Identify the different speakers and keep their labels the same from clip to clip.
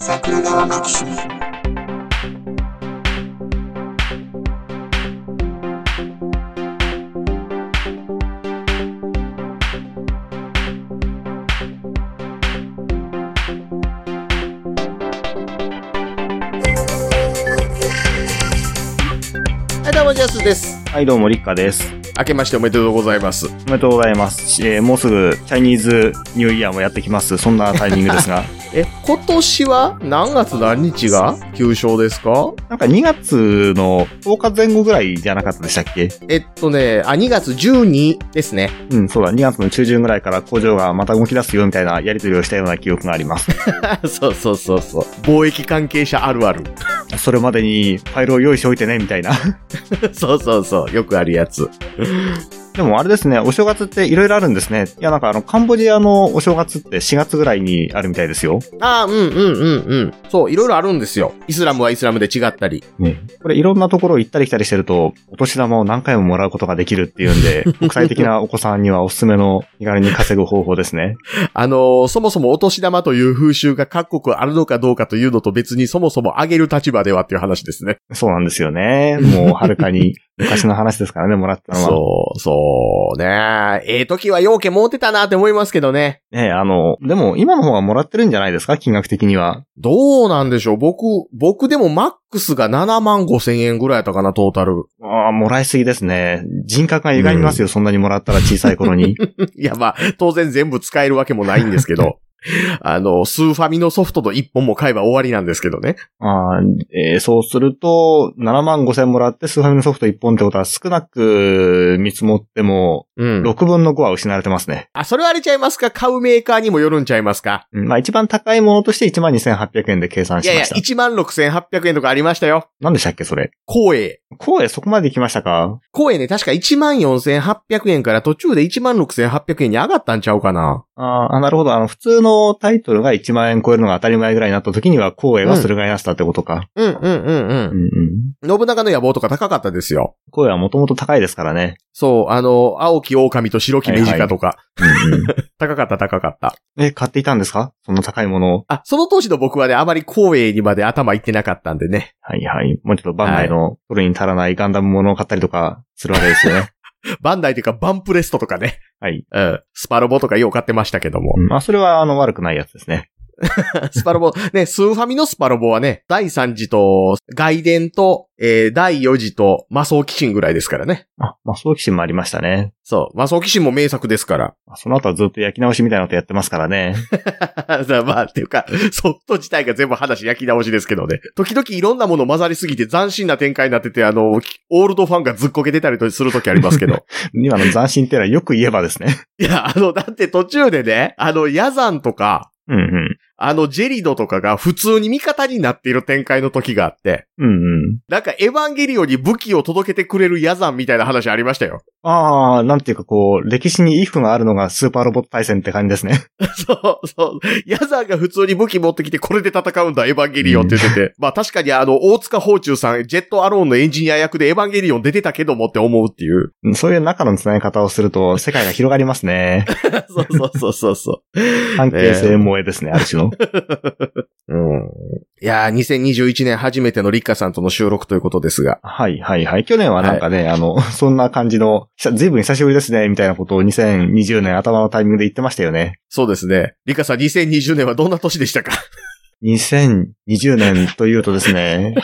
Speaker 1: 桜川マキシム
Speaker 2: はい、どうも、ジャスです。
Speaker 3: はい、どうも、リッカです。
Speaker 2: 明けましておめでとうございます。
Speaker 3: おめでとうございます。えーもうすぐ、チャイニーズニューイヤーもやってきます。そんなタイミングですが。
Speaker 2: え、今年は何月何日が休勝ですか
Speaker 3: なんか2月の10日前後ぐらいじゃなかったでしたっけ
Speaker 2: えっとね、あ、2月12ですね。
Speaker 3: うん、そうだ。2月の中旬ぐらいから工場がまた動き出すよみたいなやりとりをしたような記憶があります。
Speaker 2: そうそうそうそう。貿易関係者あるある。
Speaker 3: それまでにファイルを用意しておいてね、みたい な。
Speaker 2: そうそうそう。よくあるやつ。
Speaker 3: でもあれですね、お正月っていろいろあるんですね。いや、なんかあの、カンボジアのお正月って4月ぐらいにあるみたいですよ。
Speaker 2: ああ、うんうんうんうん。そう、いろいろあるんですよ。イスラムはイスラムで違ったり。
Speaker 3: ね、これいろんなところ行ったり来たりしてると、お年玉を何回ももらうことができるっていうんで、 国際的なお子さんにはおすすめの気軽に稼ぐ方法ですね。
Speaker 2: あのーそもそもお年玉という風習が各国あるのかどうかというのと別にそもそも上げる立場ではっていう話ですね。
Speaker 3: そうなんですよね。もうはるかに昔の話で すからね、もらったのは。
Speaker 2: そう、そうね。ええ時はようけ持ってたなって思いますけどね。
Speaker 3: ねあの、でも今の方がもらってるんじゃないですか金額的には。
Speaker 2: どうなんでしょう僕、僕でもマックスが7万5千円ぐらいやったかな、トータル。
Speaker 3: ああ、もらいすぎですね。人格が歪みますよ、そんなにもらったら小さい 頃に。
Speaker 2: いや、まあ、当然全部使えるわけもないんですけ ど。あの、スーファミのソフトと1本も買えば終わりなんですけどね。
Speaker 3: あーえーそうすると、7万5千もらってスーファミのソフト1本ってことは少なく見積もっても、
Speaker 2: うん。
Speaker 3: 6分の5は失われてますね。
Speaker 2: あ、それはあれちゃいますか買うメーカーにもよるんちゃいますか
Speaker 3: うんまあ一番高いものとして12,800円で計算
Speaker 2: い
Speaker 3: しま
Speaker 2: やいや、
Speaker 3: した。
Speaker 2: 16,800円とかありましたよ。
Speaker 3: 何でしたっけ、それ。
Speaker 2: 光栄。
Speaker 3: 光栄そこまで行きましたか
Speaker 2: 光栄ね、確か14,800円から途中で16,800円に上がったんちゃうかな。
Speaker 3: あーあ、なるほど。あの、普通のタイトルが1万円超えるのが当たり前ぐらいになった時には、光栄はそれぐらいになってたってことか。
Speaker 2: うんうんうん
Speaker 3: う、
Speaker 2: うん
Speaker 3: うん、
Speaker 2: ん。信長の野望とか高かったですよ。
Speaker 3: 光栄はもともと高いですからね。
Speaker 2: そう、あの、青き狼と白きメジカとか。
Speaker 3: うんうん
Speaker 2: 高かった高かった。
Speaker 3: え、買っていたんですかそんな高いものを。
Speaker 2: あ、その当時の僕はね、あまり光栄にまで頭いってなかったんでね。
Speaker 3: はいはい。もうちょっとバンダイの取るに足らないガンダムものを買ったりとかするわけですよ ね。
Speaker 2: バンダイというかバンプレストとかね。
Speaker 3: はい。
Speaker 2: うん。スパロボとかよう買ってましたけども。
Speaker 3: うんまあそれはあの悪くないやつですね。
Speaker 2: スパロボ、ね、スーファミのスパロボはね、第3次と、外伝と、えー、第4次と、魔装騎神ぐらいですからね。
Speaker 3: あ、まあそういう騎士もありましたね。
Speaker 2: そう。魔装騎神も名作ですから。
Speaker 3: まあその後はずっと焼き直しみたいなことやってますからね。
Speaker 2: まあ、っていうか、ソフト自体が全部話焼き直しですけどね。時々いろんなもの混ざりすぎて斬新な展開になってて、あの、オールドファンがずっこけてたりする時ありますけど。
Speaker 3: 今の斬新っていうのはよく言えばですね。
Speaker 2: いや、あの、だって途中でね、あの、ヤザンとか、
Speaker 3: うんうん。
Speaker 2: あの、ジェリドとかが普通に味方になっている展開の時があって、
Speaker 3: うんうん。
Speaker 2: なんかエヴァンゲリオンに武器を届けてくれるヤザンみたいな話ありましたよ。
Speaker 3: ああ、なんていうかこう、歴史に衣服があるのがスーパーロボット対戦って感じですね。
Speaker 2: そう、そう。ヤザンが普通に武器持ってきてこれで戦うんだ、エヴァンゲリオンって言ってて。まあ確かにあの、大塚宝中さん、ジェットアローンのエンジニア役でエヴァンゲリオン出てたけどもって思うっていう。
Speaker 3: うんそういう中の繋ぎ方をすると世界が広がりますね。
Speaker 2: そうそうそうそうそう。
Speaker 3: 関係性萌えですね、ある種 の。
Speaker 2: うん。いやー、2021年初めてのリッカさんとの収録ということですが。
Speaker 3: はいはいはい。去年はなんかね、あの、そんな感じの、久ずいぶん久しぶりですね、みたいなことを2020年頭のタイミングで言ってましたよね。
Speaker 2: そうですね。リカさん、2020年はどんな年でしたか
Speaker 3: 2020年というとです ね、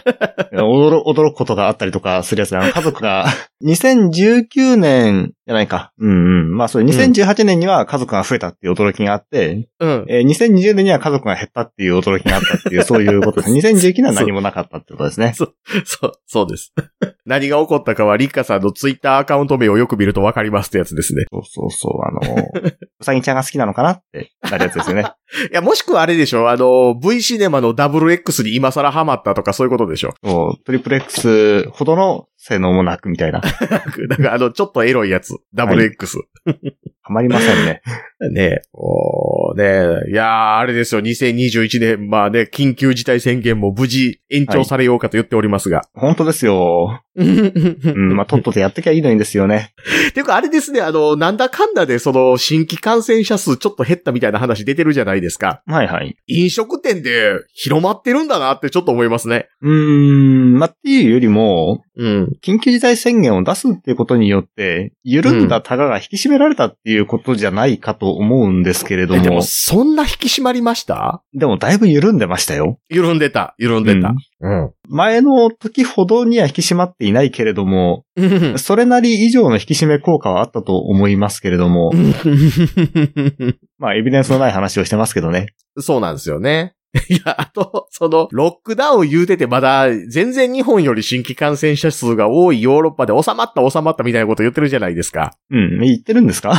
Speaker 3: 驚、驚くことがあったりとかするやつで、あの、家族が、2019年じゃないか。うんうん。まあそれ、2018年には家族が増えたっていう驚きがあって、
Speaker 2: うん。
Speaker 3: えー2020年には家族が減ったっていう驚きがあったっていう、そういうこと です。2019年は何もなかったってことですね。
Speaker 2: そう、そうです。 何が起こったかは、リカさんのツイッターアカウント名をよく見るとわかりますってやつですね。
Speaker 3: そうそうそう、あのー、うさぎちゃんが好きなのかなってなるやつですよね。
Speaker 2: いや、もしくはあれでしょあの、V シネマの WX に今更ハマったとかそういうことでしょ
Speaker 3: そう、トリプル X ほどの性能もなくみたい な。
Speaker 2: なんかあの、ちょっとエロいやつ。ダブル X。
Speaker 3: はまりませんね。
Speaker 2: ねおーねいやー、あれですよ。2021年、まあね、緊急事態宣言も無事延長されようかと言っておりますが。
Speaker 3: 本当ですよ。う
Speaker 2: うん
Speaker 3: ん、まあ、とっととやってきゃいいのにですよね。
Speaker 2: ていうか、あれですね、あの、なんだかんだで、その、新規感染者数ちょっと減ったみたいな話出てるじゃないですか。
Speaker 3: はいはい。
Speaker 2: 飲食店で広まってるんだなってちょっと思いますね。
Speaker 3: うーん、まあ、っていうよりも、
Speaker 2: うん。
Speaker 3: 緊急事態宣言を出すっていうことによって、緩んだタガが引き締められたっていうことじゃないかと思うんですけれど
Speaker 2: えで
Speaker 3: も、
Speaker 2: も、そんな引き締まりました
Speaker 3: でもだいぶ緩んでましたよ。
Speaker 2: 緩んでた、緩んでた。うん。
Speaker 3: 前の時ほどには引き締まっていないけれども、
Speaker 2: うん
Speaker 3: それなり以上の引き締め効果はあったと思いますけれども、まあエビデンスのない話をしてますけどね。
Speaker 2: そうなんですよね。いや、あと、その、ロックダウンを言うてて、まだ、全然日本より新規感染者数が多いヨーロッパで収まった収まったみたいなこと言ってるじゃないですか。
Speaker 3: うん、言ってるんですか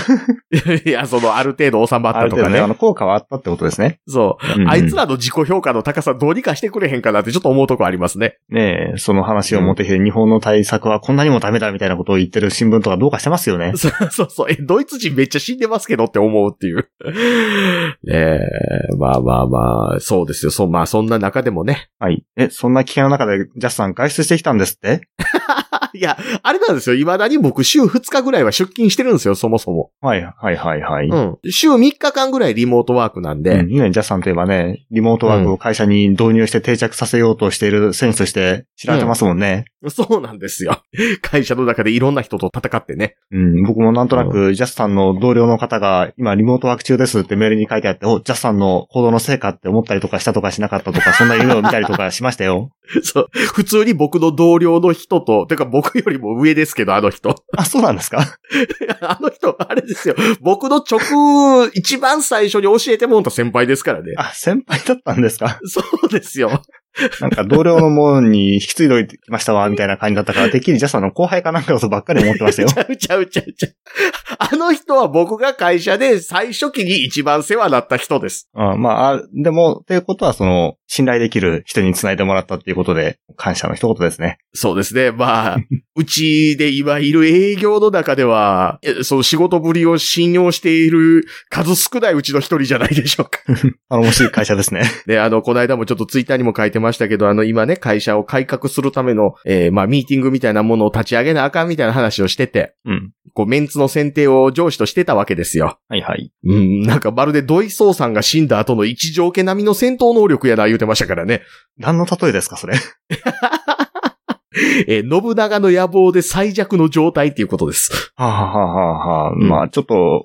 Speaker 2: いや、その、ある程度収まっ
Speaker 3: あ
Speaker 2: た
Speaker 3: る
Speaker 2: と
Speaker 3: 程
Speaker 2: か
Speaker 3: 度ね、あ
Speaker 2: ね。
Speaker 3: の効果はあったってことですね。
Speaker 2: そう。
Speaker 3: うんうん
Speaker 2: あいつらの自己評価の高さどうにかしてくれへんかなってちょっと思うとこありますね。
Speaker 3: ねえ、その話を持ってきて、日本の対策はこんなにもダメだみたいなことを言ってる新聞とかどうかしてますよね。
Speaker 2: そうそうそう。え、ドイツ人めっちゃ死んでますけどって思うっていう。 ねえ、まあまあまあ、そうですよ。そう、まあそんな中でもね。
Speaker 3: はい。え、そんな危険の中で、ジャスさん外出してきたんですって
Speaker 2: あ いや、あれなんですよ。未だに僕週2日ぐらいは出勤してるんですよ、そもそも。
Speaker 3: はい、はい、はい、はい。
Speaker 2: うん。週3日間ぐらいリモートワークなんで。
Speaker 3: うんね、ジャスさんといえばね、リモートワークを会社に導入して定着させようとしている選手として知られてますもんね。
Speaker 2: そうなんですよ。 会社の中でいろんな人と戦ってね。
Speaker 3: うん、僕もなんとなく、ジャスさんの同僚の方が、今リモートワーク中ですってメールに書いてあって、お、ジャスさんの行動の成果って思ったりとかしたとかしなかったとか、そんな夢を見たりとかしまし たよ。
Speaker 2: そう。普通に僕の同僚の人と、てか僕よりも上ですけど、あの人。
Speaker 3: あ、そうなんですか
Speaker 2: あの人、あれですよ。僕の直、一番最初に教えてもんた先輩ですからね。
Speaker 3: あ、先輩だったんですか
Speaker 2: そうですよ。
Speaker 3: なんか同僚のもんに引き継いどいてきましたわ、みたいな感じだったから、てっきりジャスさんの後輩かなんかのことばっかり思ってました よ
Speaker 2: ち。ゃうちゃうちゃうちゃう。あの人は僕が会社で最初期に一番世話になった人です。
Speaker 3: うん、まああ、でも、ということは、その、信頼できる人に繋いでもらったっていうことで、感謝の一言ですね。
Speaker 2: そうですね。ま あ、うちで今いる営業の中では、えその仕事ぶりを信用している数少ないうちの一人じゃないでしょ うか。
Speaker 3: 頼もしい会社ですね。
Speaker 2: で、あの、この間もちょっとツイッターにも書いてましたけど、あの、今ね、会社を改革するための、えーまあ、ミーティングみたいなものを立ち上げなあかんみたいな話をしてて、
Speaker 3: うん。
Speaker 2: こう、メンツの選定を上司としてたわけですよ。
Speaker 3: はいはい。
Speaker 2: うん、なんかまるでドイソーさんが死んだ後の一条家並みの戦闘能力やな言うてましたからね。
Speaker 3: 何の例えですか、それ。
Speaker 2: えー信長の野望で最弱の状態っていうことです。
Speaker 3: はあ、はあはあはあ、
Speaker 2: うん
Speaker 3: まあ、ちょっと、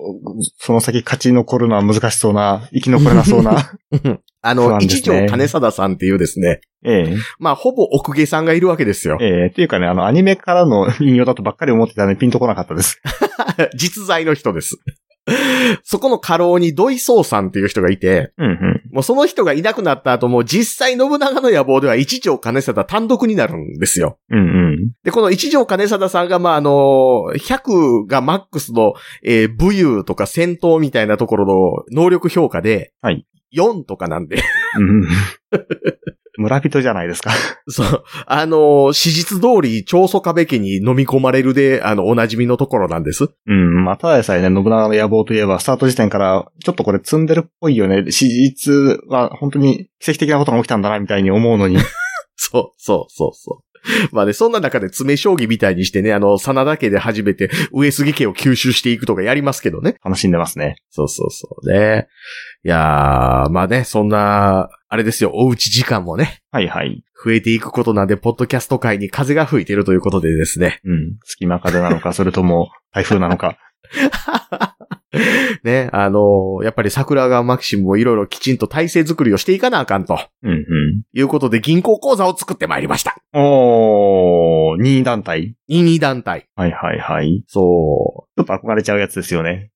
Speaker 3: その先勝ち残るのは難しそうな、生き残れなそう な。
Speaker 2: あ
Speaker 3: そうな
Speaker 2: の、
Speaker 3: んですね
Speaker 2: 一条金貞さんっていうですね。
Speaker 3: え
Speaker 2: まあ、ほぼ奥下さんがいるわけですよ
Speaker 3: え。。ええ。っていうかね、あの、アニメからの引用だとばっかり思ってたんで、ピンとこなかったです。
Speaker 2: 実在の人です。そこの過労にドイソーさんっていう人がいて、
Speaker 3: うんうん。
Speaker 2: もうその人がいなくなった後も実際信長の野望では一条金貞単独になるんですよ。
Speaker 3: うんうん。
Speaker 2: で、この一条金貞さんが、まあ、あの、100がマックスの、えー武勇とか戦闘みたいなところの能力評価で、
Speaker 3: はい
Speaker 2: 4とかなんで、
Speaker 3: うんうん。村人じゃないですか。
Speaker 2: そう、あの、史実通り、長宗壁家に飲み込まれるで、あの、おなじみのところなんです。
Speaker 3: うん、まあ、ただでさえね、信長の野望といえば、スタート時点から、ちょっとこれ積んでるっぽいよね。史実は本当に奇跡的なことが起きたんだな、みたいに思う のに。
Speaker 2: そう、そう、そう、そう。まあね、そんな中で詰め将棋みたいにしてね、あの、真田家で初めて上杉家を吸収していくとかやりますけどね。
Speaker 3: 楽しんでますね。
Speaker 2: そうそうそうね。いやー、まあね、そんな、あれですよ、おうち時間もね。
Speaker 3: はいはい。
Speaker 2: 増えていくことなんで、ポッドキャスト界に風が吹いてるということでですね。
Speaker 3: うん。隙間風なの か、それとも台風なのか。
Speaker 2: ね、あのやっぱり桜川マキシムもいろいろきちんと体制作りをしていかなあかんと。
Speaker 3: うん
Speaker 2: いうことで、銀行口座を作ってまいりました。
Speaker 3: うん。おー、任意団体。
Speaker 2: 任意団体。
Speaker 3: はいはいはい。
Speaker 2: そ
Speaker 3: ょっと憧れちゃうやつですよね。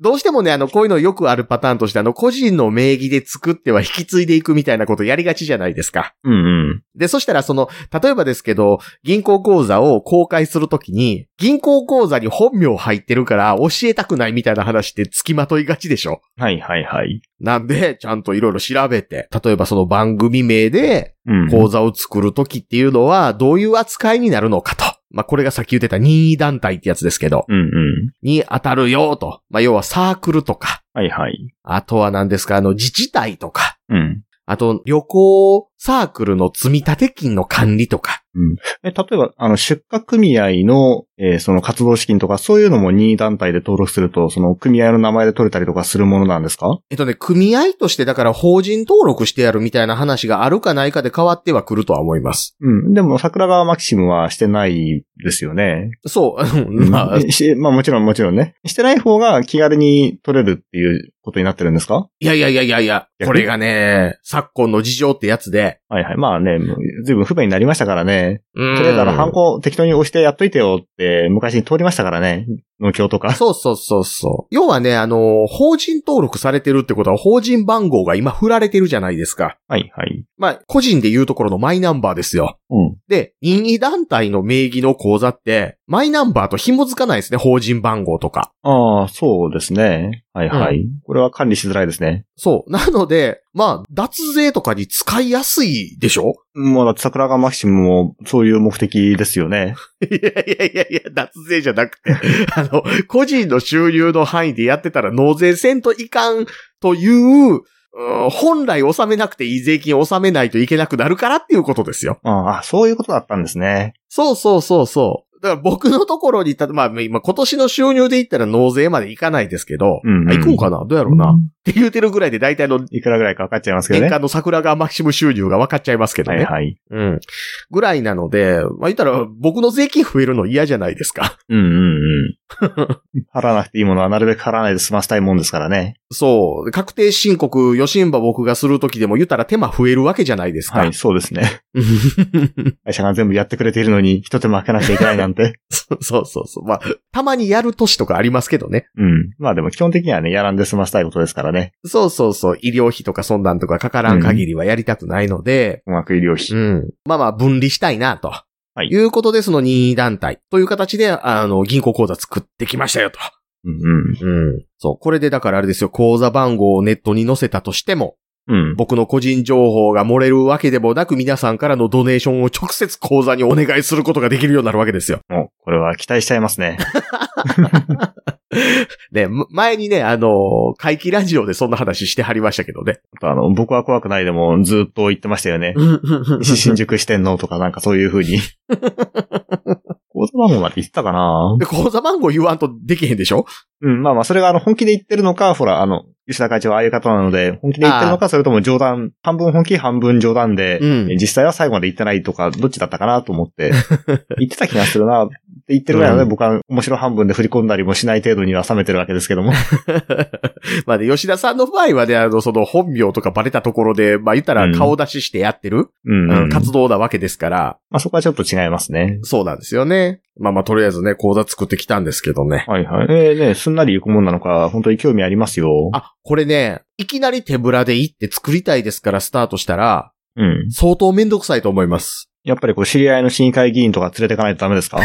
Speaker 2: どうしてもね、あの、こういうのよくあるパターンとして、あの、個人の名義で作っては引き継いでいくみたいなことやりがちじゃないですか。
Speaker 3: うんうん。
Speaker 2: で、そしたらその、例えばですけど、銀行口座を公開するときに、銀行口座に本名入ってるから教えたくないみたいな話って付きまといがちでしょ。
Speaker 3: はいはいはい。
Speaker 2: なんで、ちゃんといろいろ調べて、例えばその番組名で
Speaker 3: うん。
Speaker 2: 口座を作るときっていうのは、どういう扱いになるのかと。まあ、これがさっき言ってた任意団体ってやつですけど、
Speaker 3: うんうん。
Speaker 2: に当たるよと。まあ、要はサークルとか、
Speaker 3: はいはい。
Speaker 2: あとは何ですか、あの、自治体とか、
Speaker 3: うん。
Speaker 2: あと、旅行サークルの積立金の管理とか、
Speaker 3: え、例えば、あの、出荷組合の、えーその活動資金とか、そういうのも任意団体で登録すると、その組合の名前で取れたりとかするものなんですか
Speaker 2: えっとね、組合としてだから法人登録してやるみたいな話があるかないかで変わってはくるとは思います。
Speaker 3: うん。でも、桜川マキシムはしてないですよね。
Speaker 2: そう、 うんまあ、
Speaker 3: う
Speaker 2: い
Speaker 3: んしまあもちろんもちろんね。してない方が気軽に取れるっていうことになってるんですか
Speaker 2: やいやいやいやいや、これがね、昨今の事情ってやつで、
Speaker 3: はいはい。まあね、もう随分不便になりましたからね。
Speaker 2: う
Speaker 3: と
Speaker 2: ん
Speaker 3: りあえずあの、ハンコ適当に押してやっといてよって、昔に通りましたからね。農協と か。
Speaker 2: そうそうそうそう。要はね、あの、法人登録されてるってことは法人番号が今振られてるじゃないですか。
Speaker 3: はいはい。
Speaker 2: まあ、個人で言うところのマイナンバーですよ。
Speaker 3: うん。
Speaker 2: で、任意団体の名義の口座って、マイナンバーと紐づかないですね、法人番号とか。
Speaker 3: ああ、そうですね。はいはい。これは管理しづらいですね。
Speaker 2: そう。なので、まあ、脱税とかに使いやすいでしょ
Speaker 3: もうだって桜川マキシムもそういう目的ですよね。
Speaker 2: いやいやいやいや、脱税じゃなくて、 あの、個人の収入の範囲でやってたら納税せんといかんという、うん本来納めなくていい税金を納めないといけなくなるからっていうことですよ。
Speaker 3: ああ、そういうことだったんですね。
Speaker 2: そうそうそうそう。だから僕のところにた、まあ今今年の収入で言ったら納税までいかないですけど、
Speaker 3: うんうん
Speaker 2: あ行こうかなどうやろうな、って言うてるぐらいで大体の
Speaker 3: いくらぐらいか分かっちゃいますけど
Speaker 2: 年
Speaker 3: ね。
Speaker 2: 間の桜川マキシム収入が分かっちゃいますけど
Speaker 3: は
Speaker 2: ね。
Speaker 3: いはい。
Speaker 2: うん。ぐらいなので、まあ言ったら僕の税金増えるの嫌じゃないですか。
Speaker 3: うんうん うん。払わなくていいものはなるべく払わないで済ませたいもんですからね。
Speaker 2: そう。確定申告、予診場僕がするときでも言ったら手間増えるわけじゃないですか。
Speaker 3: はい、そうですね。
Speaker 2: うん
Speaker 3: 会社が全部やってくれているのに、一手間開けなきゃいけないな んて。
Speaker 2: そうそうそうそう。まあ、たまにやる年とかありますけどね。
Speaker 3: うん。まあでも基本的にはね、やらんで済ませたいことですからね。
Speaker 2: そうそうそう。医療費とかそんなんとかかからん限りはやりたくないので、
Speaker 3: うまく医療費。
Speaker 2: うん。まあまあ、分離したいなと。
Speaker 3: はい
Speaker 2: いうことで、その任意団体という形で、あの、銀行口座作ってきましたよと。
Speaker 3: うん
Speaker 2: うん。そう。これでだからあれですよ、口座番号をネットに載せたとしても、
Speaker 3: うん。うん。
Speaker 2: 僕の個人情報が漏れるわけでもなく皆さんからのドネーションを直接口座にお願いすることができるようになるわけですよ。
Speaker 3: もう、これは期待しちゃいますね。
Speaker 2: ね、む前にね、あのー、会期ラジオでそんな話してはりましたけど ね。
Speaker 3: あとあの、僕は怖くないでもずっと言ってましたよね。西新宿 四天王とかなんかそういう風 に。口座番号まで言ってたかな
Speaker 2: で口座番号言わんとできへんでしょ
Speaker 3: うん、まあまあ、それがあの、本気で言ってるのか、ほら、あの、吉田会長はああいう方なので、本気で言ってるのか、それとも冗談、半分本気、半分冗談で、
Speaker 2: うん
Speaker 3: 実際は最後まで言ってないとか、どっちだったかなと 思って、言ってた気がするな、って言ってるぐらいなので、
Speaker 2: うん
Speaker 3: 僕は面白半分で振り込んだりもしない程度には冷めてるわけですけども。
Speaker 2: まあね、吉田さんの場合はね、あの、その本名とかバレたところで、まあ言ったら顔出ししてやってる、
Speaker 3: うん、
Speaker 2: うん活動なわけですから、
Speaker 3: まあ、そこはちょっと違いますね。
Speaker 2: そうなんですよね。まあまあ、とりあえずね、口座作ってきたんですけどね。
Speaker 3: はいはい。えー、ね、すんなり行くもんなのか、本当に興味ありますよ。
Speaker 2: あ、これね、いきなり手ぶらで行って作りたいですからスタートしたら、
Speaker 3: うん。
Speaker 2: 相当めんどくさいと思います。
Speaker 3: やっぱりこう、知り合いの市議会議員とか連れてかないとダメですか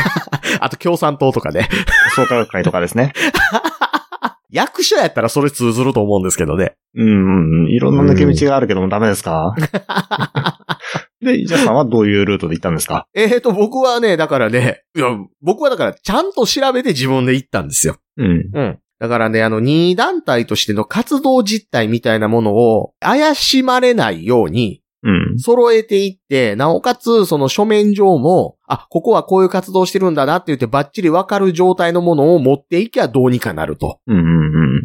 Speaker 2: あと共産党とかね。
Speaker 3: 創価学会とかですね。
Speaker 2: 役所やったらそれ通ずると思うんですけどね。
Speaker 3: うんうんうん。いろんな抜け道があるけどもダメですか、で、イジャスさんはどういうルートで行ったんですか
Speaker 2: えーと、僕はね、だからね、いや、僕はだからちゃんと調べて自分で行ったんですよ。
Speaker 3: うん。
Speaker 2: うん。だからね、あの、任意団体としての活動実態みたいなものを怪しまれないように
Speaker 3: うん。
Speaker 2: 揃えていって、なおかつ、その書面上も、あ、ここはこういう活動してるんだなって言ってバッチリわかる状態のものを持っていきゃどうにかなると。
Speaker 3: うんうんうん。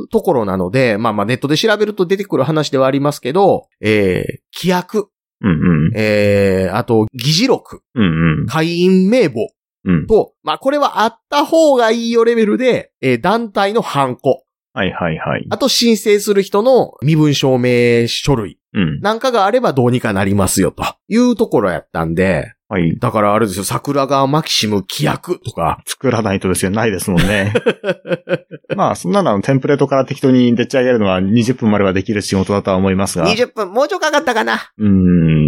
Speaker 2: いうところなので、まあまあネットで調べると出てくる話ではありますけど、えー、規約、
Speaker 3: うんうん。
Speaker 2: えー、あと、議事録、
Speaker 3: うん
Speaker 2: 会員名簿
Speaker 3: うん。うん。
Speaker 2: と、まあこれはあった方がいいよレベルで、えー団体のハンコ。
Speaker 3: はいはいはい。
Speaker 2: あと申請する人の身分証明書類
Speaker 3: うん。
Speaker 2: なんかがあればどうにかなりますよというところやったんで、
Speaker 3: はい。
Speaker 2: だからあれですよ、桜川マキシム規約とか、
Speaker 3: 作らないとですよ。ないですもんね。まあ、そんなのテンプレートから適当にでっち上げるのは20分まではできる仕事だとは思いますが。
Speaker 2: 20分、もうちょいかかったかな
Speaker 3: うーん。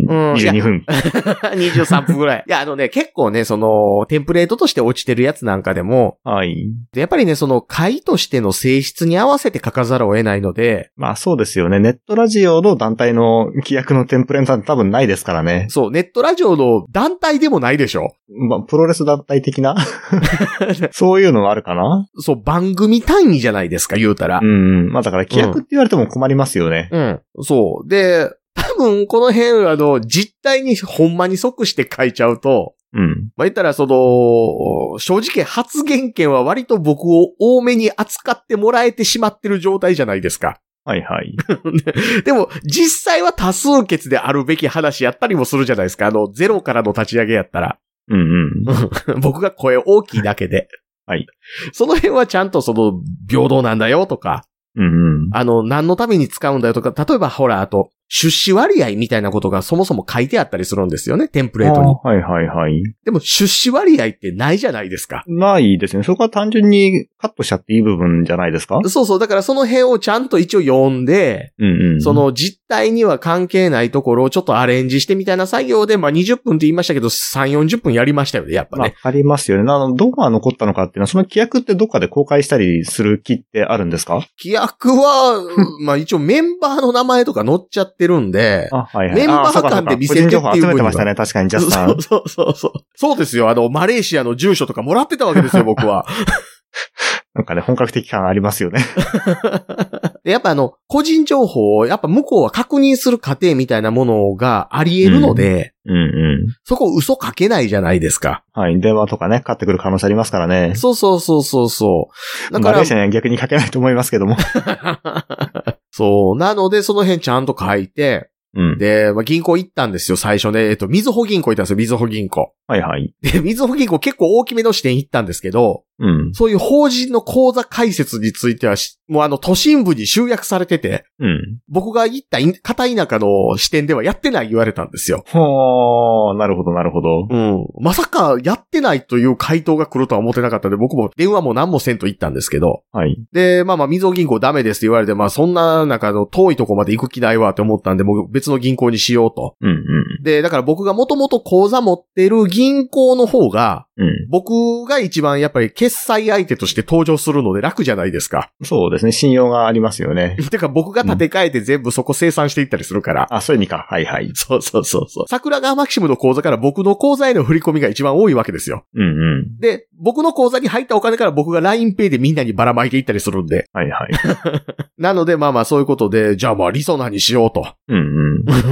Speaker 2: うんいや
Speaker 3: 22分。
Speaker 2: ?23 分ぐらい。いや、あのね、結構ね、その、テンプレートとして落ちてるやつなんかでも、
Speaker 3: はい。
Speaker 2: やっぱりね、その、会としての性質に合わせて書かざるを得ないので、
Speaker 3: まあそうですよね。ネットラジオの団体の規約のテンプレートなんて多分ないですからね。
Speaker 2: そう、ネットラジオの団体でもないでしょ
Speaker 3: まあ、プロレス団 体的なそういうのはあるかな
Speaker 2: そう、番組単位じゃないですか、言うたら。
Speaker 3: うんうん。まあだから規約って言われても困りますよね。
Speaker 2: うん。そう。で、多分この辺、あの、実態にほんまに即して書いちゃうと、
Speaker 3: うん。
Speaker 2: まあ、言ったらその、正直発言権は割と僕を多めに扱ってもらえてしまってる状態じゃないですか。
Speaker 3: はいはい。
Speaker 2: でも、実際は多数決であるべき話やったりもするじゃないですか。あの、ゼロからの立ち上げやったら。
Speaker 3: うんうん。
Speaker 2: 僕が声大きいだけで。
Speaker 3: はい。
Speaker 2: その辺はちゃんとその、平等なんだよとか、
Speaker 3: うんうん。
Speaker 2: あの、何のために使うんだよとか、例えばほら、あと、出資割合みたいなことがそもそも書いてあったりするんですよね、テンプレートに。
Speaker 3: あーはいはいはい。
Speaker 2: でも、出資割合ってないじゃないですか。
Speaker 3: ないですね。そこは単純にカットしちゃっていい部分じゃないですか
Speaker 2: そうそう、だからその辺をちゃんと一応読んで、
Speaker 3: うんうん。
Speaker 2: そ、の実態には関係ないところをちょっとアレンジしてみたいな作業で、まあ20分って言いましたけど、3、40分やりましたよね、やっぱ
Speaker 3: わ
Speaker 2: ね。
Speaker 3: かりますよね。あの、どこが残ったのかっていうのは、その規約ってどっかで公開したりする気ってあるんですか
Speaker 2: 規約 は、まあ一応メンバーの名前とか載っちゃってるんで、
Speaker 3: あ、はいはい。
Speaker 2: メンバー
Speaker 3: あそうかそう
Speaker 2: 間
Speaker 3: か
Speaker 2: で見せてっていう
Speaker 3: 個人情報集めてましたね。確かに、ジャスさ
Speaker 2: そ
Speaker 3: ん
Speaker 2: う。そうそうそう。そうですよ。あの、マレーシアの住所とかもらってたわけです よ、僕は。
Speaker 3: なんかね、本格的感ありますよね。
Speaker 2: でやっぱあの、個人情報を、やっぱ向こうは確認する過程みたいなものがあり得るので、
Speaker 3: うんうん。
Speaker 2: そこ嘘かけないじゃないですか。
Speaker 3: はい。電話とかね、買ってくる可能性ありますからね。
Speaker 2: そうそうそうそうそう。だか
Speaker 3: マレ
Speaker 2: ら
Speaker 3: ーシ、アには逆にかけないと思いますけども。
Speaker 2: そう。なので、その辺ちゃんと書いて、
Speaker 3: うん。
Speaker 2: で、まあ、銀行行ったんですよ、最初ね。えっと、みずほ銀行行ったんですよ、みずほ銀行。
Speaker 3: はいはい。
Speaker 2: で、 みずほ銀行結構大きめの支店行ったんですけど、
Speaker 3: うん。
Speaker 2: そういう法人の口座開設についてはし、もうあの、都心部に集約されてて、
Speaker 3: うん。
Speaker 2: 僕が行ったい片田舎の支店ではやってない言われたんですよ。
Speaker 3: ほー、なるほど、なるほど。
Speaker 2: うん。まさかやってないという回答が来るとは思ってなかったんで、僕も電話も何もせんと行ったんですけど。
Speaker 3: はい。
Speaker 2: で、まあまあ、みずほ銀行ダメですって言われて、まあそんな中の遠いとこまで行く気ないわって思ったんで、もう別の銀行にしようと。
Speaker 3: うん
Speaker 2: で、だから僕がもともと口座持ってる銀行の方が、
Speaker 3: うん。う
Speaker 2: 僕が一番やっぱり決済相手として登場するので楽じゃないですか。
Speaker 3: ん。そうですね。信用がありますよね。
Speaker 2: てか僕が立て替えて全部そこ生産していったりするから。
Speaker 3: あ、そういう意味か。はいはい。
Speaker 2: そうそうそうそう。桜川マキシムの口座から僕の口座への振り込みが一番多いわけですよ。
Speaker 3: うんうん。
Speaker 2: で、僕の口座に入ったお金から僕が LINEPay でみんなにばらまいていったりするんで。
Speaker 3: はいはい。
Speaker 2: なので、まあまあそういうことで、じゃあまあリソナにしようと。
Speaker 3: うんう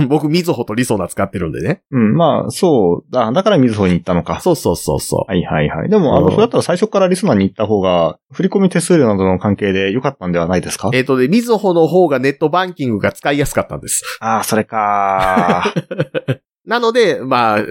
Speaker 3: ん。
Speaker 2: 僕、みずほとリソナ使ってるんでね。
Speaker 3: うん、まあ、そう。あ、だからみずほに行ったのか。
Speaker 2: そうそうそうそ
Speaker 3: はいはいはい。でも、あ
Speaker 2: う
Speaker 3: の、
Speaker 2: ん
Speaker 3: それだったら最初からリスナーに行った方が、振り込み手数料などの関係で良かったんではないです
Speaker 2: う。
Speaker 3: か
Speaker 2: えっ、とね、みずほの方がネットバンキングが使いやすかったんです。
Speaker 3: ああ、それかー。
Speaker 2: なので、まあ、う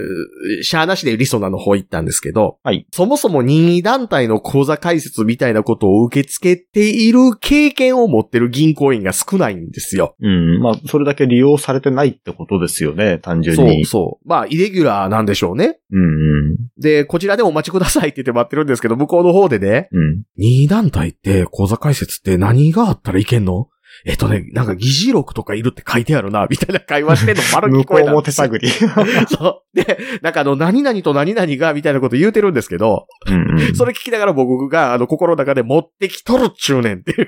Speaker 2: ーしゃあなしでリソナの方行ったんですけど、
Speaker 3: はい
Speaker 2: そもそも任意団体の口座開設みたいなことを受け付けている経験を持ってる銀行員が少ないんですよ。
Speaker 3: うん、まあ、それだけ利用されてないってことですよね、単純
Speaker 2: そう
Speaker 3: に。
Speaker 2: そう。まあ、イレギュラーなんでしょうね。
Speaker 3: う。うん、うん。
Speaker 2: で、こちらでお待ちくださいって言って待ってるんですけど、向こうの方でね、
Speaker 3: うん。
Speaker 2: 任意団体って口座開設って何があったらいけんのえっとね、なんか議事録とかいるって書いてあるな、みたいな会話してんの丸聞
Speaker 3: 向
Speaker 2: こ
Speaker 3: こ
Speaker 2: え
Speaker 3: う
Speaker 2: たん
Speaker 3: も
Speaker 2: で
Speaker 3: 手
Speaker 2: すよ。
Speaker 3: 探り。
Speaker 2: そう。で、なんかあの、何々と何々が、みたいなこと言うてるんですけど、
Speaker 3: うん、うん。
Speaker 2: それ聞きながら僕が、あの、心の中で持ってきとるっちゅうねんっていう。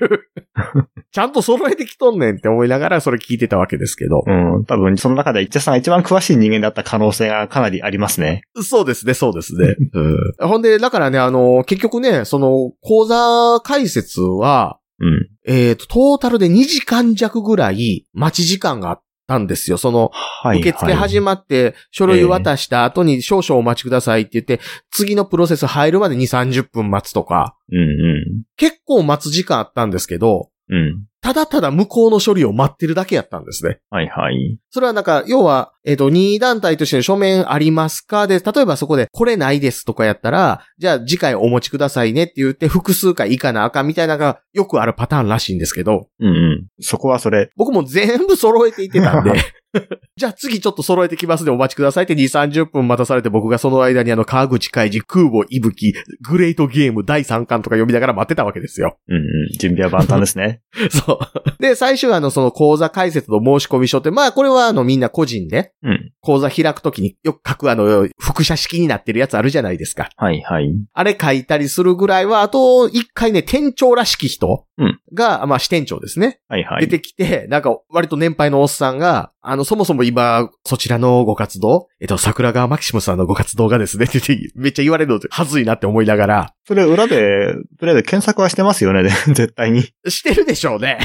Speaker 2: ちゃんと揃えてきとんねんって思いながらそれ聞いてたわけですけど。
Speaker 3: うん、多分、その中で、いっちゃさんが一番詳しい人間だった可能性がかなりありますね。
Speaker 2: そうですね、そうですね。 うんほんで、だからね、あの、結局ね、その、講座解説は、
Speaker 3: うん。
Speaker 2: えっ、と、トータルで2時間弱ぐらい待ち時間があったんですよ。その、
Speaker 3: はい、はい。
Speaker 2: 受付始まって、書類渡した後に少々お待ちくださいって言って、次のプロセス入るまで2、30分待つとか、
Speaker 3: うん、う
Speaker 2: 結構待つ時間あったんですけど、
Speaker 3: ん。うん。
Speaker 2: ただただ向こうの処理を待ってるだけやったんですね。
Speaker 3: はい、はい。
Speaker 2: それはなんか、要は、えっ、と、任意団体としての書面ありますかで、例えばそこで、これないですとかやったら、じゃあ次回お持ちくださいねって言って、複数回いいかなあかんみたいなのがよくあるパターンらしいんですけど、
Speaker 3: うんうん。そこはそれ。
Speaker 2: 僕も全部揃えていってたんで、 じゃあ次ちょっと揃えてきますでお待ちくださいって2、30分待たされて僕がその間にあの、川口海事、空母、息吹、グレートゲーム第3巻とか読みながら待ってたわけですよ。
Speaker 3: うんうん。準備は万端ですね。
Speaker 2: そう。 で、最終あの、その講座解説の申し込み書って、まあこれはあの、みんな個人で、
Speaker 3: うん。
Speaker 2: 講座開くときによく書くあの、複写式になってるやつあるじゃないですか。
Speaker 3: はいはい。
Speaker 2: あれ書いたりするぐらいは、あと、一回ね、店長らしき人
Speaker 3: うん
Speaker 2: が、まあ支店長ですね。
Speaker 3: はいは
Speaker 2: 出
Speaker 3: い。
Speaker 2: てきて、なんか割と年配のおっさんが、あの、そもそも今、そちらのご活動、えっと、桜川マキシムさんのご活動がですね、って言ってめっちゃ言われるのって、はずいなって思いながら、
Speaker 3: それ裏で、とりあえず検索はしてますよね、で絶対に。
Speaker 2: してるでしょうね。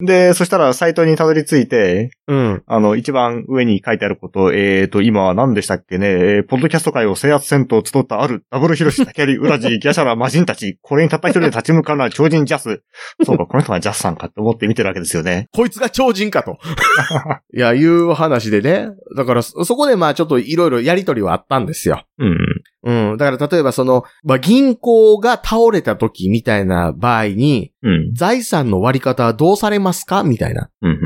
Speaker 3: で、そしたらサイトにたどり着いて、
Speaker 2: うん。
Speaker 3: あの、一番上に書いてあること、えーと、今は何でしたっけね、えーポッドキャスト界を制圧戦闘集ったある、ダブルヒロシ、タ キャリ、ウラジ、ギャシャラ、魔人たち、これにたった一人で立ち向かうのは超人ジャス。そうか、この人がジャスさんかって思って見てるわけですよね。
Speaker 2: こいつが超人か と。いや、いう話でね。だから、そそこでまあちょっといろいろやりとりはあったんですよ。
Speaker 3: うん。
Speaker 2: うん。だから、例えばその、まあ銀行が倒れた時みたいな場合に、
Speaker 3: うん。
Speaker 2: 財産の割り方はどうされますかみたいな。
Speaker 3: うん。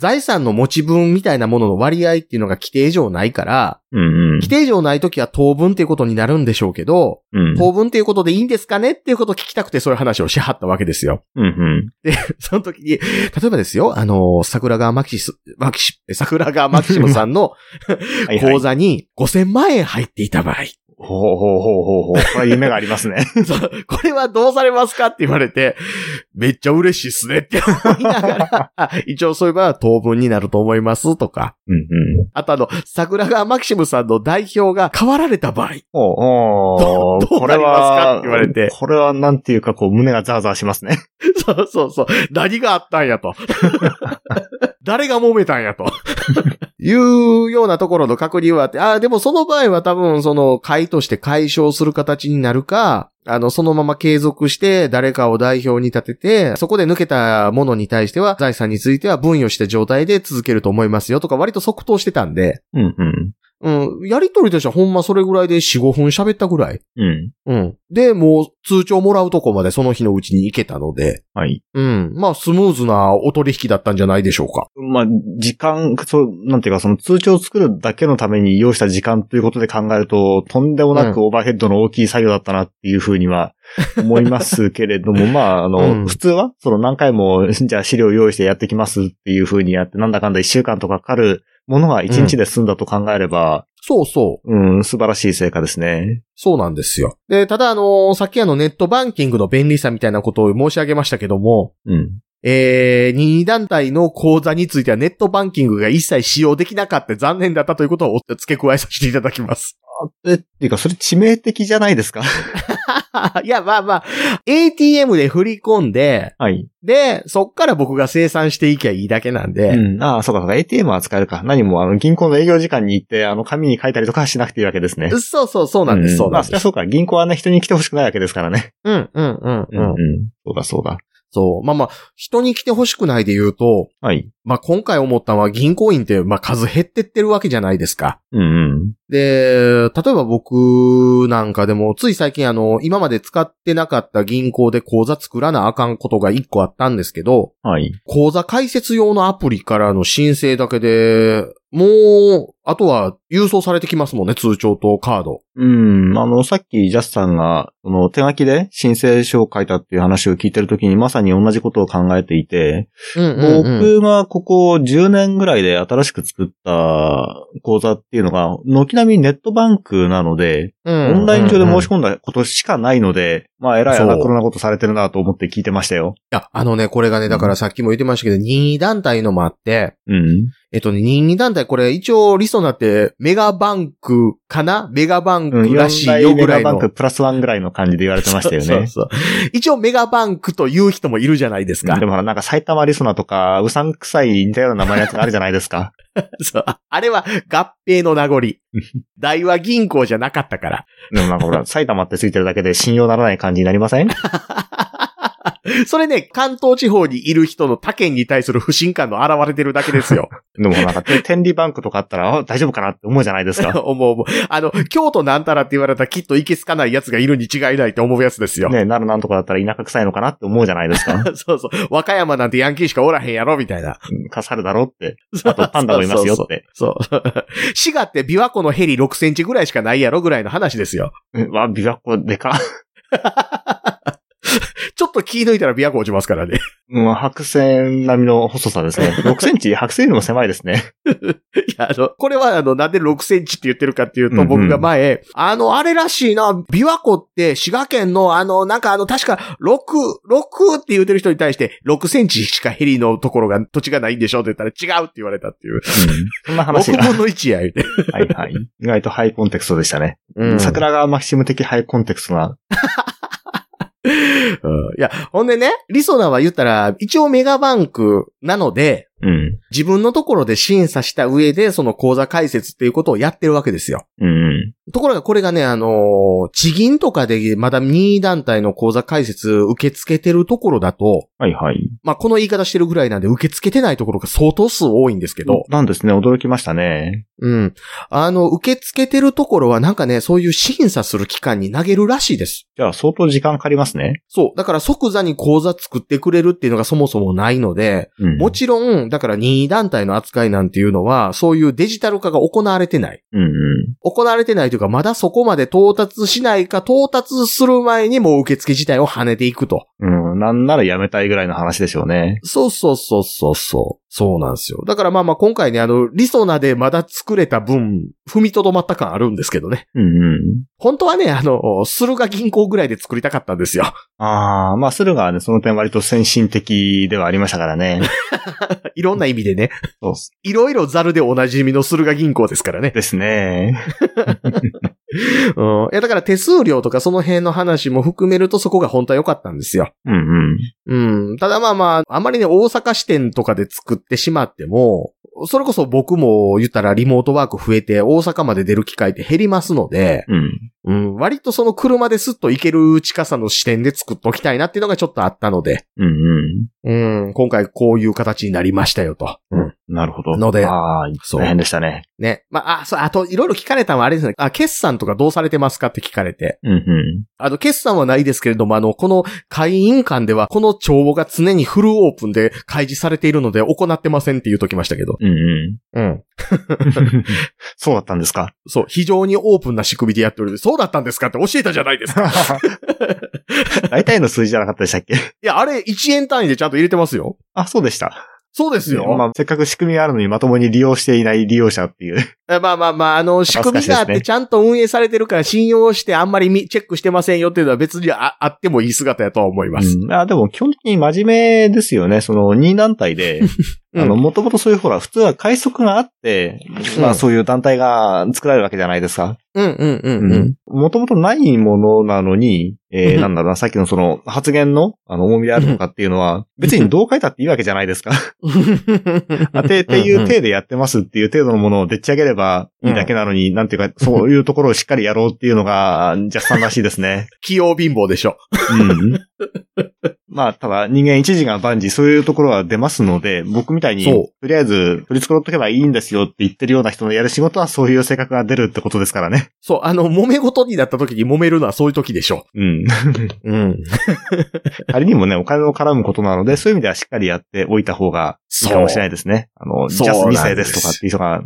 Speaker 2: 財産の持ち分みたいなものの割合っていうのが規定上ないから、
Speaker 3: うん。
Speaker 2: 規定上ない時は当分っていうことになるんでしょうけど、
Speaker 3: うん。
Speaker 2: 当分っていうことでいいんですかねっていうことを聞きたくてそういう話をしはったわけですよ。
Speaker 3: うん。
Speaker 2: その時に、例えばですよ、あの、桜川マキシス、マキシ、桜川マキシムさんの
Speaker 3: はいはい
Speaker 2: 口座に5000万円入っていた場合、
Speaker 3: ほうほうほうほうほう。これは夢があります ね。
Speaker 2: そうこれはどうされますかって言われて、めっちゃ嬉しいっすねって 思いながら、あ一応そういえば当分になると思いますとか、
Speaker 3: うんうん。
Speaker 2: あとあの、桜川マキシムさんの代表が変わられた場合、
Speaker 3: おうおう
Speaker 2: どう
Speaker 3: こ
Speaker 2: どうな
Speaker 3: れは
Speaker 2: りますかって言われて
Speaker 3: これはなんていうかこう胸がザーザーしますね。
Speaker 2: そうそうそう。何があったんやと。 誰が揉めたんやと。いうようなところの確認はあって、ああ、でもその場合は多分その会として解消する形になるか、あの、そのまま継続して誰かを代表に立てて、そこで抜けたものに対しては財産については分与した状態で続けると思いますよとか割と即答してたんで、
Speaker 3: うんうん。
Speaker 2: うん、やりとりとしてはほんまそれぐらいで4、5分喋ったぐらい。
Speaker 3: うん。
Speaker 2: うん。で、もう通帳もらうとこまでその日のうちに行けたので、
Speaker 3: はい。
Speaker 2: うん。まあ、スムーズなお取引だったんじゃないでしょうか。
Speaker 3: まあ、時間、そう、なんていうか、その通帳を作るだけのために用意した時間ということで考えると、とんでもなくオーバーヘッドの大きい作業だったなっていうふうに は思いますけれども、まあ、あの、
Speaker 2: うん
Speaker 3: 普通は、その何回も、 じゃあ資料用意してやってきますっていうふうにやって、なんだかんだ1週間とかかかるものが1日で済んだと考えれば、
Speaker 2: そうそう。
Speaker 3: うん、素晴らしい成果ですね。
Speaker 2: そうなんですよ。で、ただ、あのーさっきあの、ネットバンキングの便利さみたいなことを申し上げましたけども、
Speaker 3: うん。
Speaker 2: えー、任意団体の口座についてはネットバンキングが一切使用できなかった残念だったということをお付け加えさせていただきます。
Speaker 3: え、っていうか、それ致命的じゃないですか
Speaker 2: いや、まあまあ、ATM で振り込んで、
Speaker 3: はい。
Speaker 2: で、そっから僕が生産していきゃいいだけなんで、
Speaker 3: うん。ああ、そうか、そうか。ATM は使えるか。何も、あの、銀行の営業時間に行って、あの、紙に書いたりとかはしなくていいわけですね。
Speaker 2: そうそう、そうなんです、そうな
Speaker 3: ま
Speaker 2: ん
Speaker 3: あ、
Speaker 2: で
Speaker 3: そ
Speaker 2: す
Speaker 3: りゃ。そうか。銀行はね、人に来てほしくないわけですからね。
Speaker 2: うん、うん、うん、うん。
Speaker 3: そうだ、そうだ。
Speaker 2: そう。まあまあ、人に来てほしくないで言うと、
Speaker 3: はい。
Speaker 2: まあ、今回思ったのは銀行員って、まあ、数減ってってるわけじゃないですか。
Speaker 3: うんうん。
Speaker 2: で、例えば僕なんかでも、つい最近あの、今まで使ってなかった銀行で口座作らなあかんことが一個あったんですけど、
Speaker 3: はい。
Speaker 2: 口座開設用のアプリからの申請だけで、もう、あとは郵送されてきますもんね、通帳とカード。
Speaker 3: うん。あの、さっきジャスさんが、その、手書きで申請書を書いたっていう話を聞いてるときに、まさに同じことを考えていて、
Speaker 2: うん
Speaker 3: 僕がここ10年ぐらいで新しく作った口座っていうのが、軒並みネットバンクなので、オンライン上で申し
Speaker 2: い
Speaker 3: 込んだことしかないので、まあ、えらい穴黒なことされてるなと思って聞いてましたよ。
Speaker 2: や、あのね、これがね、だからさっきも言ってましたけど、任意団体のもあって、
Speaker 3: うん。
Speaker 2: えっとね、任意団体、これ一応リストになって、メガバンクかなメガバン
Speaker 3: うん、
Speaker 2: クらしいよぐらい
Speaker 3: バン
Speaker 2: の。
Speaker 3: クプラスワンぐらいの感じで言われてましたよね。
Speaker 2: そうそうそう一応メガバンクという人もいるじゃないですか
Speaker 3: で。もほら、なんか埼玉リソナとか、うさんくさい似たような名前のやつがあるじゃないで すか。
Speaker 2: そうああれは合併の名残。大和銀行じゃなかったから。
Speaker 3: でもなんかほら、埼玉ってついてるだけで信用ならない感じになりません
Speaker 2: それね、関東地方にいる人の他県に対する不信感の現れてるだけです よ。
Speaker 3: でもなんか、て天理バンクとかあったら、あ大丈夫かなって思うじゃないです か。
Speaker 2: 思う思う。あの、京都なんたらって言われたらきっといけつかない奴がいるに違いないって思うやつですよ。
Speaker 3: ね、なるなんとかだったら田舎臭いのかなって思うじゃないですか。
Speaker 2: そうそう。和歌山なんてヤンキーしかおらへんやろ、みたいな。
Speaker 3: かさるだろって。あとパンダもいますよって。
Speaker 2: そう。滋賀って琵琶湖のヘリ6センチぐらいしかないやろぐらいの話ですよ。
Speaker 3: うんわ、琵琶湖でか。
Speaker 2: ちょっと気抜いたら琵琶湖落ちますからね。
Speaker 3: うん、白線並みの細さ ですね。6センチ、白線よりも狭いですね。
Speaker 2: いや、あの、これはあの、なんで6センチって言ってるかっていう
Speaker 3: うんう
Speaker 2: と、
Speaker 3: ん
Speaker 2: 僕が前、あの、あれらしいな、琵琶湖って滋賀県のあの、なんかあの、確か6、6って言ってる人に対して、6センチしかヘリのところが、土地がないんでしょって言ったら違うって言われたっていう。
Speaker 3: そんな話
Speaker 2: 6
Speaker 3: が。
Speaker 2: 分の1や、言うて。
Speaker 3: はいはい。意外とハイコンテクストでしたね。桜川マキシム的ハイコンテクストな。
Speaker 2: うんいや、ほんでね、リソナは言ったら、一応メガバンクなので、
Speaker 3: うん。
Speaker 2: 自分のところで審査した上で、その口座開設っていうことをやってるわけですよ。
Speaker 3: うん。
Speaker 2: ところがこれがね、あのー地銀とかでまだ任意団体の口座開設受け付けてるところだと、
Speaker 3: はいはい。
Speaker 2: まあ、この言い方してるぐらいなんで受け付けてないところが相当数多いんですけど、
Speaker 3: なんですね、驚きましたね。
Speaker 2: うん。あの、受け付けてるところはなんかね、そういう審査する機関に投げるらしいです。
Speaker 3: じゃあ相当時間かかりますね。
Speaker 2: そう。だから即座に口座作ってくれるっていうのがそもそもないので、
Speaker 3: うん
Speaker 2: もちろん、だから任意団体の扱いなんていうのは、そういうデジタル化が行われてない。
Speaker 3: うんう
Speaker 2: 行われてないというか、まだそこまで到達しないか、到達する前にもう受付自体を跳ねていくと。
Speaker 3: ん。うん。なんならやめたいぐらいの話でしょうね。
Speaker 2: そうそうそうそうそう。そうなんですよ。だからまあまあ今回ね、あの、リソナでまだ作れた分、踏みとどまった感あるんですけどね。
Speaker 3: うんうん。
Speaker 2: 本当はね、あの、駿河銀行ぐらいで作りたかったんですよ。
Speaker 3: ああ、まあ、駿河はね、その点割と先進的ではありましたから ね。
Speaker 2: いろんな意味でね。
Speaker 3: そうっ
Speaker 2: いろいろザルでおなじみの駿河銀行ですからね。
Speaker 3: ですね。
Speaker 2: うん。いや、だから手数料とかその辺の話も含めるとそこが本当は良かったんですよ。
Speaker 3: うんうん。
Speaker 2: うん。ただまあまあ、あまりね、大阪支店とかで作ってしまっても、それこそ僕も言ったらリモートワーク増えて大阪まで出る機会って減りますので、
Speaker 3: うん。
Speaker 2: うん、割とその車ですっと行ける近さの視点で作っときたいなっていうのがちょっとあったので、
Speaker 3: うんうん。
Speaker 2: うん、今回こういう形になりましたよと。うん。
Speaker 3: なるほど。
Speaker 2: ので
Speaker 3: ああ、
Speaker 2: そう
Speaker 3: 大変でしたね。
Speaker 2: ね。まあ、あ、そう、あと、いろいろ聞かれたのはあれですね。あ、決算とかどうされてますかって聞かれて。
Speaker 3: うんう
Speaker 2: あの、決算はないですけれども、あの、この会員間では、この帳簿が常にフルオープンで開示されているので、行ってませんって言うときましたけど。
Speaker 3: ん。 う
Speaker 2: うん。
Speaker 3: んうん。そうだったんで すか
Speaker 2: そう、非常にオープンな仕組みでやっておる。そうだったんですかって教えたじゃないです か。
Speaker 3: 大体の数字じゃなかったでしたっけ
Speaker 2: いや、あれ、1円単位でちゃんと入れてますよ。
Speaker 3: あ、そうでした。
Speaker 2: そうですよ。
Speaker 3: まあ、せっかく仕組みがあるのにまともに利用していない利用者っていう。
Speaker 2: えまあまあまあ、あの、仕組みがあっ
Speaker 3: 懐かしいです
Speaker 2: て
Speaker 3: ね
Speaker 2: ちゃんと運営されてるから信用してあんまりみチェックしてませんよっていうのは別にああってもいい姿やとは思います。
Speaker 3: うんあでも基本的に真面目ですよね。その任意団体で、
Speaker 2: うん
Speaker 3: あの、もともとそういうほら、普通は快速があって、ま
Speaker 2: うん
Speaker 3: あそういう団体が作られるわけじゃないですか。
Speaker 2: うんうんうんうん。
Speaker 3: もともとないものなのに、え
Speaker 2: うん
Speaker 3: ー、なんだろうな、さっきのその発言の、あの、重みであるとかっていうのは、別にどう書いたっていいわけじゃないですか。あて、ってい
Speaker 2: ん
Speaker 3: う体でやってますっていう程度のものをでっち上げればいいだけなのに、なんていうか、そういうところをしっかりやろうっていうのが、ジャスさんらしいですね。
Speaker 2: 器用貧乏でしょ。
Speaker 3: うん。まあ、ただ、人間一時が万事、そういうところは出ますので、僕みたいに、
Speaker 2: そう
Speaker 3: とりあえず、取り繕っとけばいいんですよって言ってるような人のやる仕事は、そういう性格が出るってことですからね。
Speaker 2: そう、あの、揉め事になった時に揉めるのはそういう時でしょ。
Speaker 3: うん。
Speaker 2: うん。
Speaker 3: 仮にもね、お金の絡むことなので、そういう意味ではしっかりやっておいた方がいいかもしれないですね。あの、ジ
Speaker 2: そう
Speaker 3: ャス2
Speaker 2: なん
Speaker 3: 世
Speaker 2: で
Speaker 3: ですすとかっていう人が、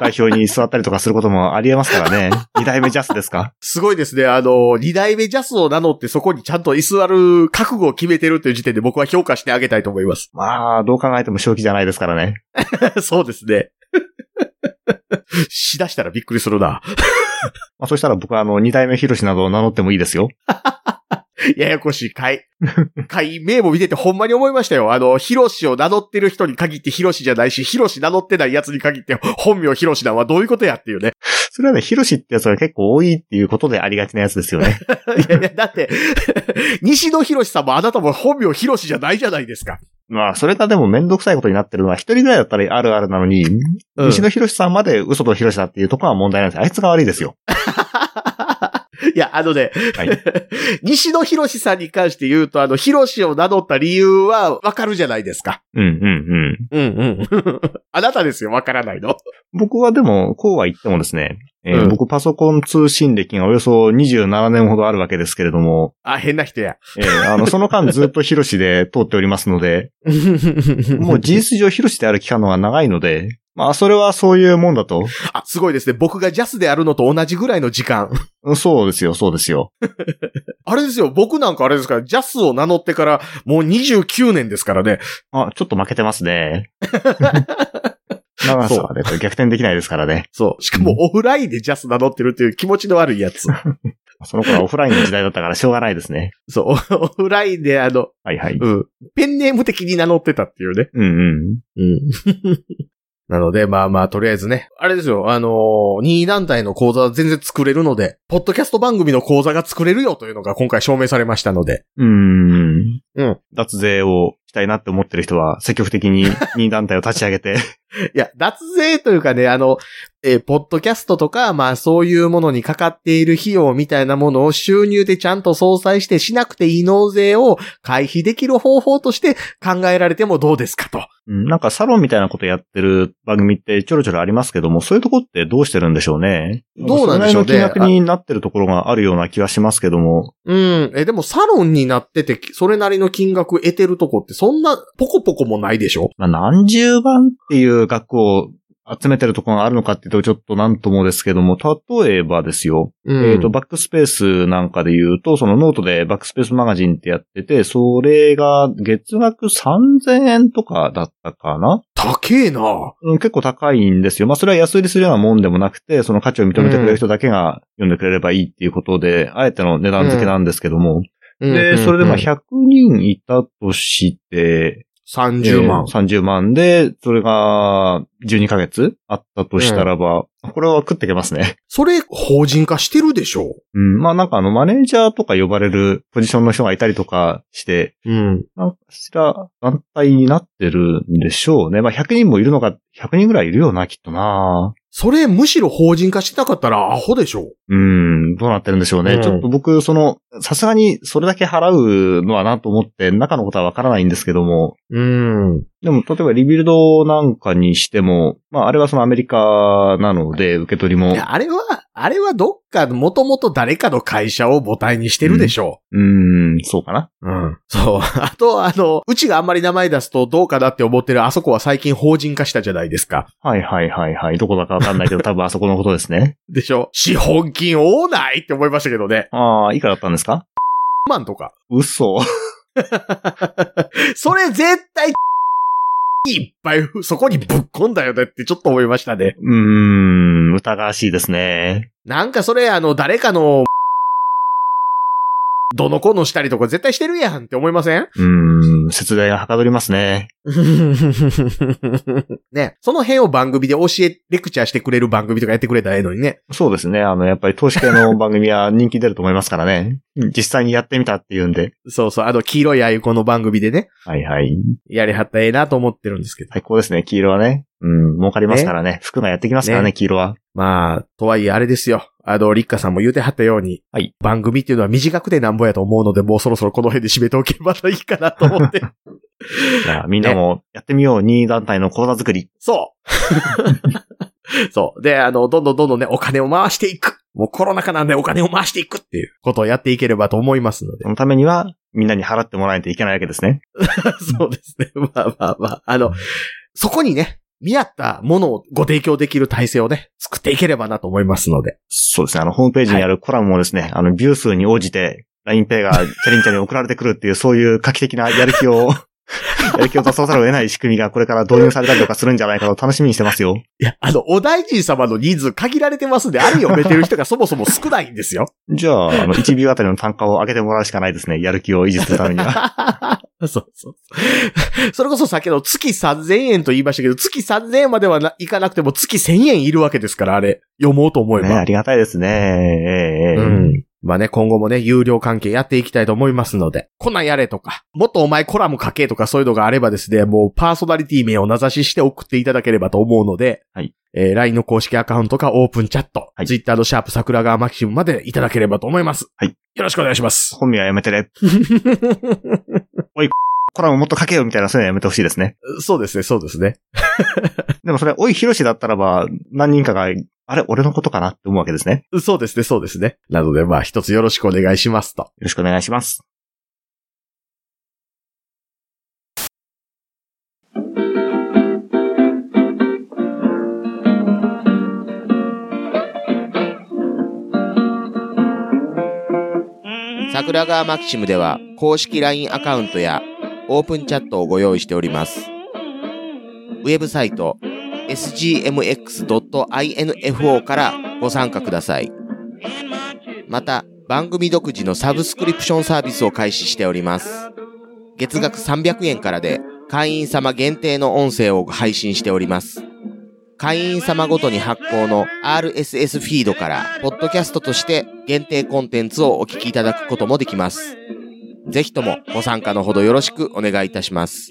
Speaker 3: 代表に座ったりとかすることもありえますからね。2代目 ジャスですか
Speaker 2: すごいですね。あの、二代目ジャスを名乗ってそこにちゃんと居座る覚悟を決めてるという時点で僕は評価してあげたいと思います。
Speaker 3: まあ、どう考えても正気じゃないですからね。
Speaker 2: そうですね。 しだしたらびっくりするな。
Speaker 3: まあ、そしたら僕はあの、2代目ヒロシなどを名乗ってもいいですよ。
Speaker 2: ややこしい 会。会名も見ててほんまに思いましたよ。あの、ヒロシを名乗ってる人に限ってヒロシじゃないし、ヒロシ名乗ってない奴に限って本名ヒロシなんはどういうことやっていうね。
Speaker 3: それはね、ヒロシってやつが結構多いっていうことでありがちなやつですよね。
Speaker 2: いやいや、だって、 西野博さんもあなたも本名博士じゃないじゃないですか。
Speaker 3: まあ、それがでもめんどくさいことになってるのは、一人ぐらいだったらあるあるなのに、西野博さんまで嘘とヒロシだっていうところは問題なんです。あいつが悪いですよ。
Speaker 2: いや、あのね、
Speaker 3: はい。
Speaker 2: 西野博さんに関して言うと、あの、博を名乗った理由はわかるじゃないですか。
Speaker 3: うんうんうん。
Speaker 2: うんうん。 あなたですよ、わからないの。
Speaker 3: 僕はでも、こうは言ってもですね、えー
Speaker 2: うん
Speaker 3: 僕パソコン通信歴がおよそ27年ほどあるわけですけれども、
Speaker 2: あ、変な人 や。
Speaker 3: えーあの、その間ずっとヒロシで通っておりますので、もう事実上ヒロシである期間の方が長いので、まあ、それはそういうもんだと。
Speaker 2: あ、すごいですね。僕がジャスであるのと同じぐらいの時間。
Speaker 3: うんそうですよ、そうですよ。
Speaker 2: あれですよ、僕なんかあれですから、ジャスを名乗ってからもう29年ですからね。
Speaker 3: あ、ちょっと負けてますね。 長さはね、これ逆転できないですからね。
Speaker 2: そう。しかもオフラインでジャス名乗ってるっていう気持ちの悪いやつ。
Speaker 3: その頃はオフラインの時代だったからしょうがないですね。
Speaker 2: そう。 オフラインであの、
Speaker 3: はいはい。
Speaker 2: うん。ペンネーム的に名乗ってたっていうね。
Speaker 3: うんうん。
Speaker 2: うん。 なので、まあまあ、とりあえずね。あれですよ、あのー、任意団体の講座は全然作れるので、ポッドキャスト番組の講座が作れるよというのが今回証明されましたので。
Speaker 3: うん。
Speaker 2: うん。
Speaker 3: 脱税をしたいなって思ってる人は、積極 的に任意団体を立ち上げて。
Speaker 2: いや、脱税というかね、あの、えーポッドキャストとか、まあそういうものにかかっている費用みたいなものを収入でちゃんと相殺してしなくていい納税を回避できる方法として考えられてもどうですかと。
Speaker 3: うんなんかサロンみたいなことやってる番組ってちょろちょろありますけども、そういうとこってどうしてるんでしょうね。
Speaker 2: どうなんでしょうね
Speaker 3: それぐらいの金額になってるところがあるような気はしますけども。
Speaker 2: うん。え、でもサロンになってて、それなりの金額得てるとこってそんなポコポコもないでしょ
Speaker 3: まあ、何十万っていう額を集めてるところがあるのかっていうとちょっとなんともですけども、例えばですよ。
Speaker 2: うん
Speaker 3: えっ、と、バックスペースなんかで言うと、そのノートでバックスペースマガジンってやってて、それが月額3000円とかだったかな、
Speaker 2: 高えな
Speaker 3: うん、結構高いんですよ。まあ、それは安売りするようなもんでもなくて、その価値を認めてくれる人だけが読んでくれればいいっていうことで、あえての値段付けなんですけども。で、それでまあ100人いたとして、
Speaker 2: 30万
Speaker 3: え。ー30万で、それが12ヶ月あったとしたらば、これは食っていけますね。
Speaker 2: それ、法人化してるでしょ
Speaker 3: うん。まあなんかあの、マネージャーとか呼ばれるポジションの人がいたりとかして、
Speaker 2: うん。
Speaker 3: なんかしら団体になってるんでしょうね。まあ100人もいるのか、100人ぐらいいるよな、きっとな。
Speaker 2: それ、むしろ法人化してなかったらアホでしょ
Speaker 3: うん、どうなってるんでしょうね。
Speaker 2: うん
Speaker 3: ちょっと僕、その、さすがにそれだけ払うのはなと思って、中のことはわからないんですけども、
Speaker 2: うん。
Speaker 3: でも、例えばリビルドなんかにしても、まあ、あれはそのアメリカなので、受け取りも
Speaker 2: い、や、あれは、あれはどっか、もともと誰かの会社を母体にしてるでしょ
Speaker 3: うーん、そうかな。
Speaker 2: う。うん。そう。あと、あの、うちがあんまり名前出すとどうかなって思ってるあそこは最近法人化したじゃないですか。
Speaker 3: はいはいはいはい。どこだかわかんないけど、多分あそこのことですね。
Speaker 2: でしょ資本金多ないって思いましたけどね。
Speaker 3: ああ、いくらだったんですか
Speaker 2: 万とか。
Speaker 3: 嘘。
Speaker 2: それ絶対、いっぱいそこにぶっ込んだよねってちょっと思いましたね。
Speaker 3: うーん、疑わしいですね。
Speaker 2: なんかそれ、あの、誰かの、どの子のしたりとか絶対してるやんって思いません
Speaker 3: うーん、節代がはかどりますね。
Speaker 2: ね。その辺を番組で教え、レクチャーしてくれる番組とかやってくれたらええのにね。
Speaker 3: そうですね。あの、やっぱり投資系の番組 は人気出ると思いますからね。実際にやってみたっていうんで。
Speaker 2: そうそう、あの、黄色いあゆこの番組でね、
Speaker 3: はいはい。
Speaker 2: やりはったらええなと思ってるんですけど。
Speaker 3: 最高ですね、黄色はね。うん、儲かりますからね。服がやってきますからね、
Speaker 2: ね
Speaker 3: 黄色は。
Speaker 2: まあ、とはいえあれですよ。あの、リッカさんも言うてはったように、
Speaker 3: はい
Speaker 2: 番組っていうのは短くでなんぼやと思うので、もうそろそろこの辺で締めておけばいいかなと 思って。
Speaker 3: じゃあみんなもやってみよう、任意団体の講座作り。
Speaker 2: そう。そう。で、あの、どんどんどんどんね、お金を回していく。もうコロナ禍なんでお金を回していくっていうことをやっていければと思いますので
Speaker 3: そ。のためには、みんなに払ってもらえないといけないわけですね。
Speaker 2: そうですね。まあまあまあ。あの、そこにね、見合ったものをご提供できる体制をね、作っていければなと思います ので。
Speaker 3: そうですね。あの、ホームページにあるコラムもですね、あの、ビュー数に応じて、LINEPay がチャリンチャリン送られてくるっていう、 そういう画期的なやる気を、 やる気を出さざるを得ない仕組みがこれから導入されたりとかするんじゃないかと楽しみにしてますよ。
Speaker 2: いや、あの、お大臣様の人数限られてますんで、あれを埋めてる人がそもそも少ないんですよ。
Speaker 3: じゃ あ、あの、1秒あたりの単価を上げてもらうしかないですね。やる気を維持するために は。
Speaker 2: そうそうそう。 それこそ先の月3000円と言いましたけど、月3000円まではないかなくても月1000円いるわけですから、あれ。読もうと思え
Speaker 3: ね、あ
Speaker 2: ば。
Speaker 3: りがたいですね。ええええ
Speaker 2: うん。まあね、今後もね、有料関係やっていきたいと思いますので、こんなんやれとか、もっとお前コラム書けとかそういうのがあればですね、もうパーソナリティ名を名指しして送っていただければと思うので、
Speaker 3: はい。
Speaker 2: えー LINE の公式アカウントかオープンチャット、
Speaker 3: はい
Speaker 2: Twitter のシャープ桜川マキシムまでいただければと思います。
Speaker 3: はい。
Speaker 2: よろしくお願いします。
Speaker 3: 本名はやめて ね。コラムもっと書けよみたいな、そういうのやめてほしいですね。
Speaker 2: そうですね、そうですね。
Speaker 3: でもそれ、おい、ひろしだったらば、何人かが、あれ、俺のことかなって思うわけですね。
Speaker 2: そうですね、そうですね。なので、まあ、一つよろしくお願いしますと。
Speaker 3: よろしくお願いします。
Speaker 1: 桜川マキシムでは公式 LINE アカウントやオープンチャットをご用意しております。ウェブサイト sgmx.info からご参加ください。また、番組独自のサブスクリプションサービスを開始しております。月額300円からで会員様限定の音声を配信しております。会員様ごとに発行の RSS フィードから、ポッドキャストとして限定コンテンツをお聞きいただくこともできます。ぜひともご参加のほどよろしくお願いいたします。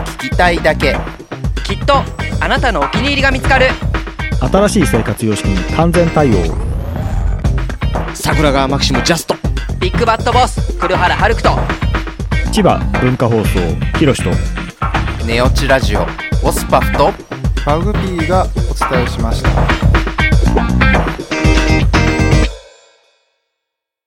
Speaker 4: 聞きたいだけ。
Speaker 5: きっとあなたのお気に入りが見つかる
Speaker 6: 新しい生活様式に完全対応
Speaker 2: 桜川マキシムジャスト。
Speaker 5: ビッグバットボス黒原遥人
Speaker 6: 千葉文化放送ひろしと
Speaker 4: ネオチラジオ。オスパフと
Speaker 7: マグピーがお伝えしました